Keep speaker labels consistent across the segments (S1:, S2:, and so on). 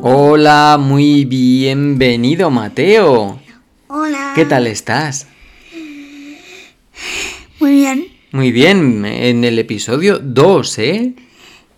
S1: Hola, muy bienvenido Mateo.
S2: Hola.
S1: ¿Qué tal estás?
S2: Muy bien.
S1: Muy bien, en el episodio 2, ¿eh?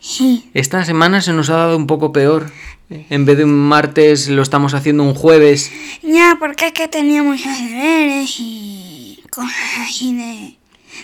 S2: Sí.
S1: Esta semana se nos ha dado un poco peor. En vez de un martes lo estamos haciendo un jueves.
S2: Ya, porque es que tenía muchos deberes y cosas así de...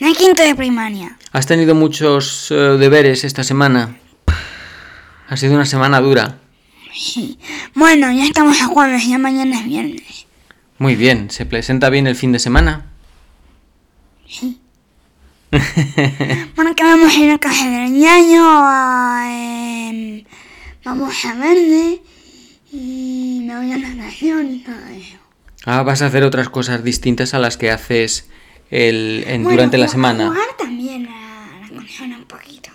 S2: No hay quinto de primaria.
S1: ¿Has tenido muchos eh, deberes esta semana? Ha sido una semana dura.
S2: Sí. Bueno, ya estamos a jueves, ya mañana es viernes.
S1: Muy bien, ¿se presenta bien el fin de semana?
S2: Sí. bueno, que vamos a ir a casa del ñaño, a, em, vamos a verde y me voy a la nación y todo eso.
S1: Ah, vas a hacer otras cosas distintas a las que haces el, en-
S2: Bueno,
S1: durante la
S2: ju-
S1: semana.
S2: Jugar también a la conexión un poquito.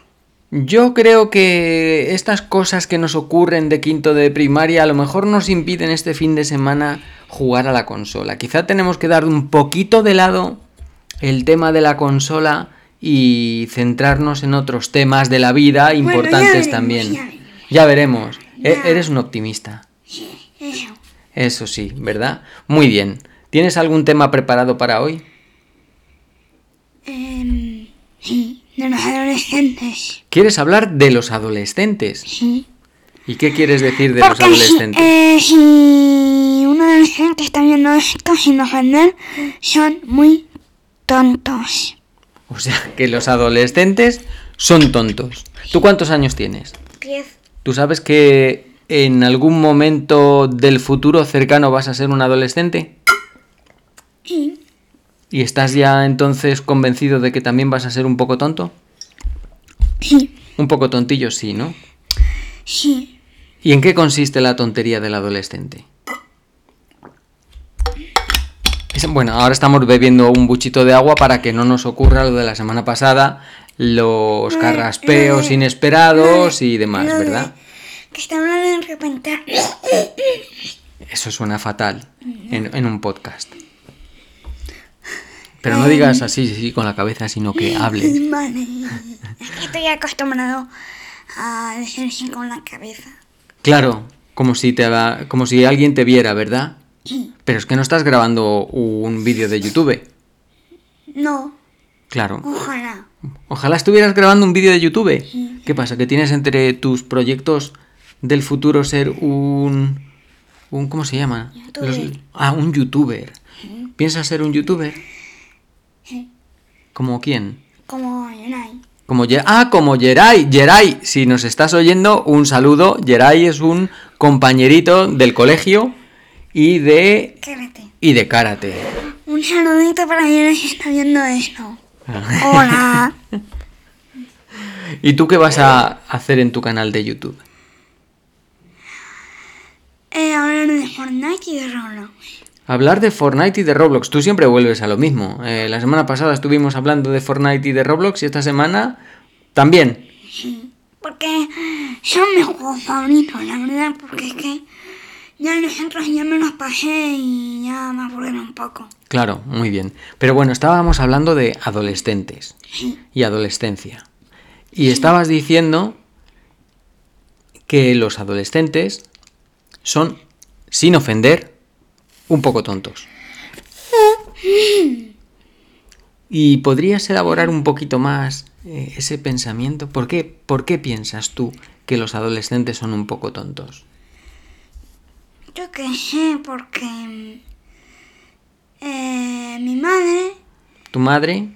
S1: Yo creo que estas cosas que nos ocurren de quinto de primaria a lo mejor nos impiden este fin de semana jugar a la consola. Quizá tenemos que dar un poquito de lado el tema de la consola y centrarnos en otros temas de la vida
S2: ya
S1: importantes
S2: veremos,
S1: también.
S2: ya veremos.
S1: Ya veremos. E-
S2: Ya.
S1: eres un optimista.
S2: Sí, eso.
S1: Eso sí, ¿verdad? Muy bien. ¿Tienes algún tema preparado para hoy?
S2: Em, sí, de los adolescentes.
S1: ¿Quieres hablar de los adolescentes?
S2: Sí.
S1: ¿Y qué quieres decir de los
S2: Porque si-
S1: adolescentes?
S2: eh, si un adolescente está viendo esto sin ofender, son muy tontos.
S1: O sea, que los adolescentes son tontos. ¿Tú cuántos años tienes?
S2: Diez.
S1: ¿Tú sabes que en algún momento del futuro cercano vas a ser un adolescente?
S2: Sí.
S1: ¿Y estás ya entonces convencido de que también vas a ser un poco tonto?
S2: Sí.
S1: Un poco tontillo, sí, ¿no?
S2: Sí.
S1: ¿Y en qué consiste la tontería del adolescente? Es- Bueno, ahora estamos bebiendo un buchito de agua para que no nos ocurra lo de la semana pasada, los
S2: Eh,
S1: carraspeos
S2: eh,
S1: inesperados
S2: Vale,
S1: y demás,
S2: lo de
S1: ¿verdad?
S2: Que está hablando de reventar.
S1: Eso suena fatal en, en un podcast. Pero no digas así, sí, sí, con la cabeza, sino que hables.
S2: Vale. Es que estoy acostumbrado a decir así con la cabeza.
S1: Claro, como si, te, va- como si alguien te viera, ¿verdad? Pero es que no estás grabando un vídeo de YouTube.
S2: No,
S1: Claro.
S2: ojalá.
S1: Ojalá estuvieras grabando un vídeo de YouTube. ¿Qué pasa? ¿Que tienes entre tus proyectos del futuro ser un... un ¿Cómo se llama?
S2: Youtuber.
S1: ah, un youtuber. ¿Piensas ser un youtuber?
S2: Sí.
S1: ¿Como quién?
S2: Como Yonai.
S1: Como Ye- ah, como Jerai. Jerai, si nos estás oyendo, un saludo. Jerai es un compañerito del colegio y de...
S2: Quédate.
S1: y de karate.
S2: Un saludito para quien está viendo esto. Hola.
S1: ¿Y tú qué vas a hacer en tu canal de YouTube?
S2: Eh, hablar de Fortnite y de Roblox.
S1: Hablar de Fortnite y de Roblox, tú siempre vuelves a lo mismo. Eh, la semana pasada estuvimos hablando de Fortnite y de Roblox y esta semana también.
S2: Porque son mis juegos favoritos, la verdad, porque es que ya los otros ya me los pasé y ya me aburrieron un poco.
S1: Claro, muy bien. Pero bueno, estábamos hablando de adolescentes y adolescencia. Y estabas diciendo que los adolescentes son, sin ofender, un poco tontos. ¿Y podrías elaborar un poquito más eh, ese pensamiento? ¿Por qué, ¿Por qué piensas tú que los adolescentes son un poco tontos?
S2: Yo qué sé, porque mm, eh, mi madre
S1: ¿Tu madre?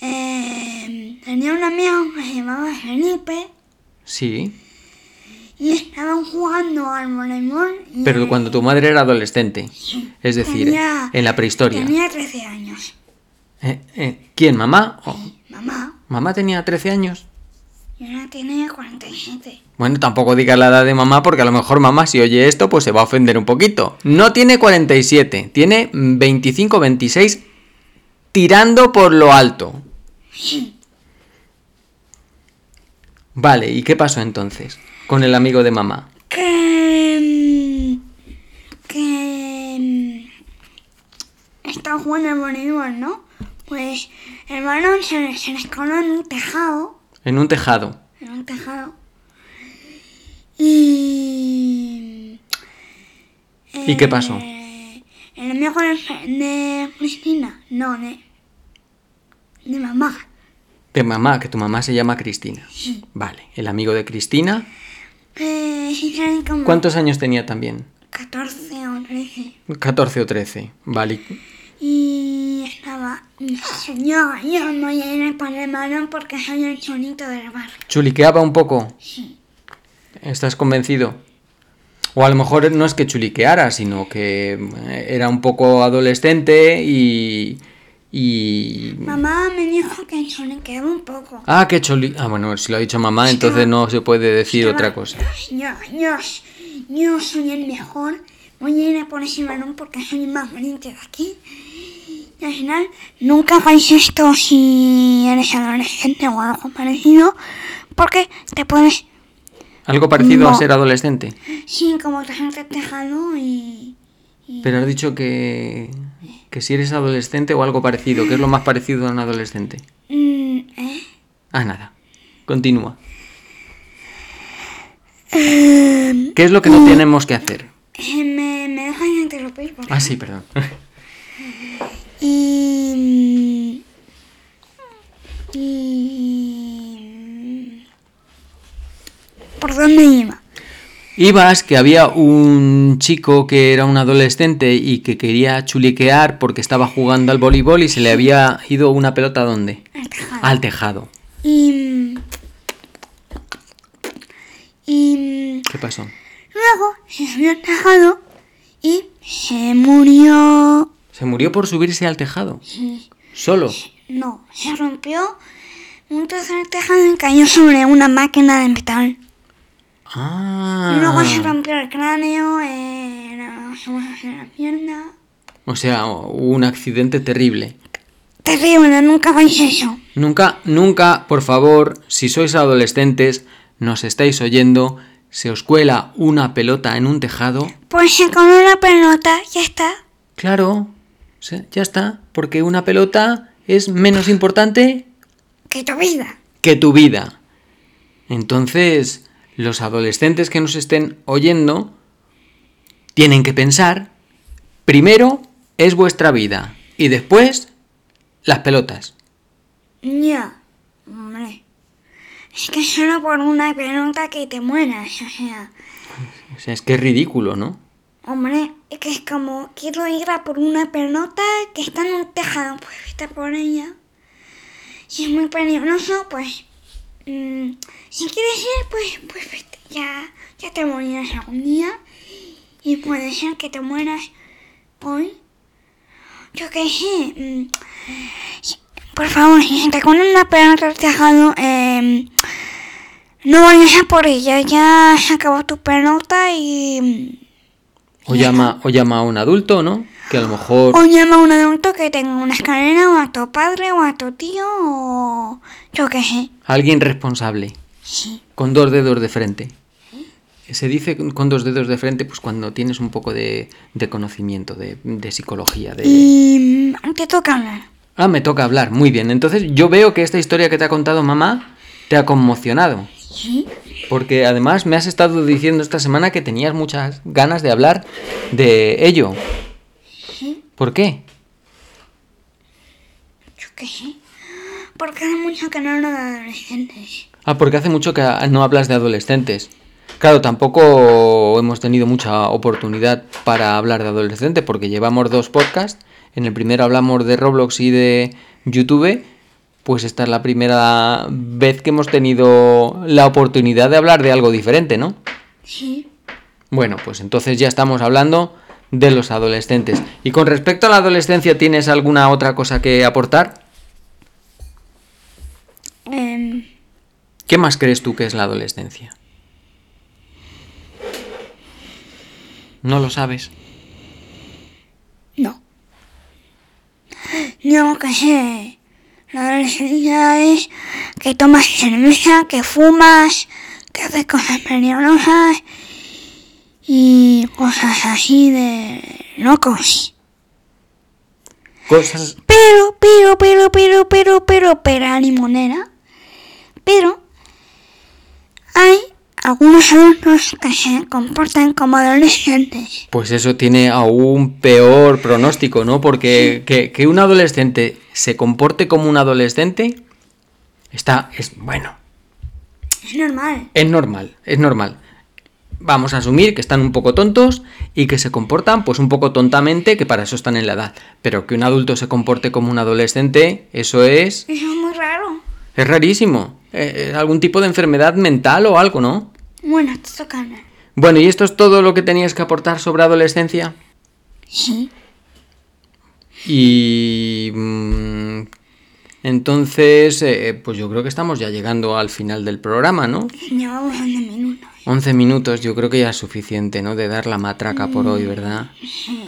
S2: eh, tenía un amigo que se llamaba Felipe
S1: Sí.
S2: y estaban jugando al voleibol. y
S1: Pero
S2: él
S1: cuando tu madre era adolescente, es decir,
S2: Mm. Tenía-
S1: en la prehistoria.
S2: Tenía 13 años.
S1: Eh, eh, ¿Quién? ¿Mamá? Oh,
S2: Mamá,
S1: ¿Mamá tenía 13 años?
S2: y ahora tiene 47.
S1: Bueno, tampoco digas la edad de mamá porque a lo mejor mamá si oye esto pues se va a ofender un poquito. No tiene 47, tiene 25, 26 tirando por lo alto. Vale, ¿y qué pasó entonces con el amigo de mamá?
S2: Que. mm, Que. mm, Está jugando al voleibol, ¿no? Pues el balón se, le- se les coló en un tejado.
S1: En un tejado.
S2: En un tejado. Y. mm,
S1: ¿Y qué pasó?
S2: Eh, El amigo de, de Cristina, no, de, de mamá.
S1: De mamá, que tu mamá se llama Cristina. Vale, el amigo de Cristina.
S2: Que Eh, sí tienen como
S1: ¿Cuántos años tenía también?
S2: 14 o 13.
S1: 14 o 13. Vale.
S2: Y estaba. Yo, yo no llegué para el marón porque soy el chonito del barrio.
S1: ¿Chuliqueaba un poco?
S2: Sí.
S1: ¿Estás convencido? O a lo mejor no es que chuliqueara, sino que eh, era un poco adolescente y... y...
S2: Mamá me dijo que choniqueaba un poco.
S1: Ah, que choli... Ah, bueno, si lo ha dicho mamá, entonces no se puede decir otra cosa.
S2: Yo, yo, yo soy el mejor. Voy a ir a por ese balón porque soy el más valiente de aquí. Y al final, nunca hagáis esto si eres adolescente o algo parecido. Porque te puedes,
S1: Algo parecido a
S2: No.
S1: ser adolescente.
S2: sí, como dejarte tejado y.
S1: Pero has dicho que... que si eres adolescente o algo parecido, que es lo más parecido a un adolescente.
S2: mm, ¿eh?
S1: Ah, nada. Continúa.
S2: Eh,
S1: ¿Qué es lo que no tenemos que hacer?
S2: me, me dejan interrumpir. por
S1: Ah, sí, perdón.
S2: Y. y- ¿Por dónde iba?
S1: Ibas que había un chico que era un adolescente y que quería chuliquear porque estaba jugando al voleibol y se le había ido una pelota ¿a dónde?
S2: Al tejado.
S1: Al tejado.
S2: Y. Y.
S1: ¿Qué pasó?
S2: Luego se subió al tejado y se murió.
S1: Se murió por subirse al tejado.
S2: Sí.
S1: Solo.
S2: No, se rompió un trozo del tejado y cayó sobre una máquina de metal. Y luego se
S1: Ah.
S2: rompió el cráneo, eh, la, la pierna.
S1: O sea, un accidente terrible.
S2: Terrible, nunca vais eso.
S1: Nunca, nunca, por favor, si sois adolescentes, nos estáis oyendo, se os cuela una pelota en un tejado.
S2: Pues se coló la pelota, ya está.
S1: Claro, se- ya está, porque una pelota es menos importante
S2: Que tu vida.
S1: que tu vida. Entonces, los adolescentes que nos estén oyendo tienen que pensar, primero es vuestra vida y después las pelotas.
S2: Ya, hombre. Es que solo por una pelota que te mueras, o sea.
S1: O sea, es que es ridículo, ¿no?
S2: Hombre, es que es como, quiero ir a por una pelota que está en un tejado, pues está por ella. Si es muy peligroso, pues... mm, si quieres ir, pues, pues vete, ya, ya te morirás algún día. Y puede ser que te mueras hoy. Yo qué sé. mm, si- por favor, si se te comen una pelota al tejado, em, no vayas a por ella. Ya se acabó tu pelota y... mm,
S1: O llama, o llama a un adulto, ¿no? Que a lo mejor...
S2: O llama a un adulto que tenga una escalera o a tu padre o a tu tío o yo qué sé.
S1: Alguien responsable,
S2: Sí.
S1: con dos dedos de frente. Se dice con con dos dedos de frente pues cuando tienes un poco de, de conocimiento, de, de psicología, de...
S2: Y mm, te toca hablar.
S1: Ah, me toca hablar, muy bien. Entonces yo veo que esta historia que te ha contado mamá te ha conmocionado.
S2: Sí.
S1: Porque además me has estado diciendo esta semana que tenías muchas ganas de hablar de ello. ¿Por qué?
S2: Yo qué sé. Porque hace mucho que no hablo de adolescentes.
S1: Ah, porque hace mucho que ah, no hablas de adolescentes. Claro, tampoco hemos tenido mucha oportunidad para hablar de adolescentes, porque llevamos dos podcasts. En el primero hablamos de Roblox y de YouTube. Pues esta es la primera vez que hemos tenido la oportunidad de hablar de algo diferente, ¿no?
S2: Sí.
S1: Bueno, pues entonces ya estamos hablando de los adolescentes. Y con respecto a la adolescencia, ¿tienes alguna otra cosa que aportar?
S2: Em,
S1: ¿Qué más crees tú que es la adolescencia? No lo sabes.
S2: no. Yo qué sé. La adolescencia es que tomas cerveza, que fumas, que haces cosas peligrosas y cosas así de locos.
S1: Cosas.
S2: Pero, pero, pero, pero, pero, pero, pero, limonera. Pero hay algunos alumnos que se comportan como adolescentes.
S1: Pues eso tiene aún peor pronóstico, ¿no? Porque que, que un adolescente se comporte como un adolescente está, es bueno,
S2: Es normal.
S1: es normal, es normal. Vamos a asumir que están un poco tontos y que se comportan pues un poco tontamente, que para eso están en la edad. Pero que un adulto se comporte como un adolescente, eso es...
S2: Eso es muy raro.
S1: Es rarísimo. Eh, eh, algún tipo de enfermedad mental o algo, ¿no?
S2: Bueno, te toca hablar.
S1: Bueno, ¿y esto es todo lo que tenías que aportar sobre adolescencia?
S2: Sí.
S1: Y... mm, entonces, eh, pues yo creo que estamos ya llegando al final del programa, ¿no?
S2: Llevamos 11 minutos.
S1: 11 minutos, yo creo que ya es suficiente, ¿no? De dar la matraca por hoy, ¿verdad?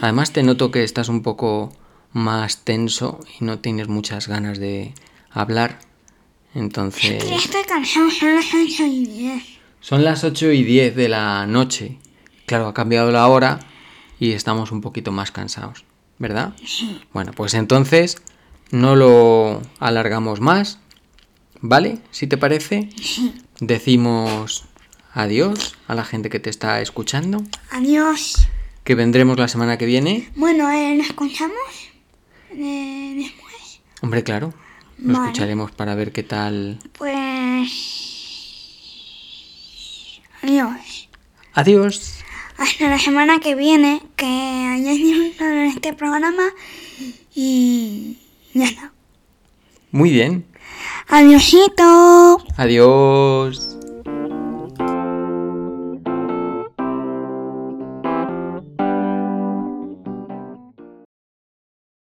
S1: Además te noto que estás un poco más tenso y no tienes muchas ganas de hablar. Entonces...
S2: Ya estoy cansado, son las 8 y 10.
S1: Son las 8 y 10 de la noche. Claro, ha cambiado la hora y estamos un poquito más cansados, ¿verdad? Bueno, pues entonces no lo alargamos más, ¿vale? Si te parece, decimos adiós a la gente que te está escuchando,
S2: Adiós.
S1: que vendremos la semana que viene.
S2: Bueno, eh, ¿nos escuchamos? Eh, después.
S1: Hombre, claro, lo
S2: Vale.
S1: escucharemos para ver qué tal.
S2: Pues. Adiós.
S1: Adiós.
S2: Hasta la semana que viene, que hayáis disfrutado de este programa. Y. Ya está.
S1: Muy bien.
S2: Adiósito.
S1: Adiós.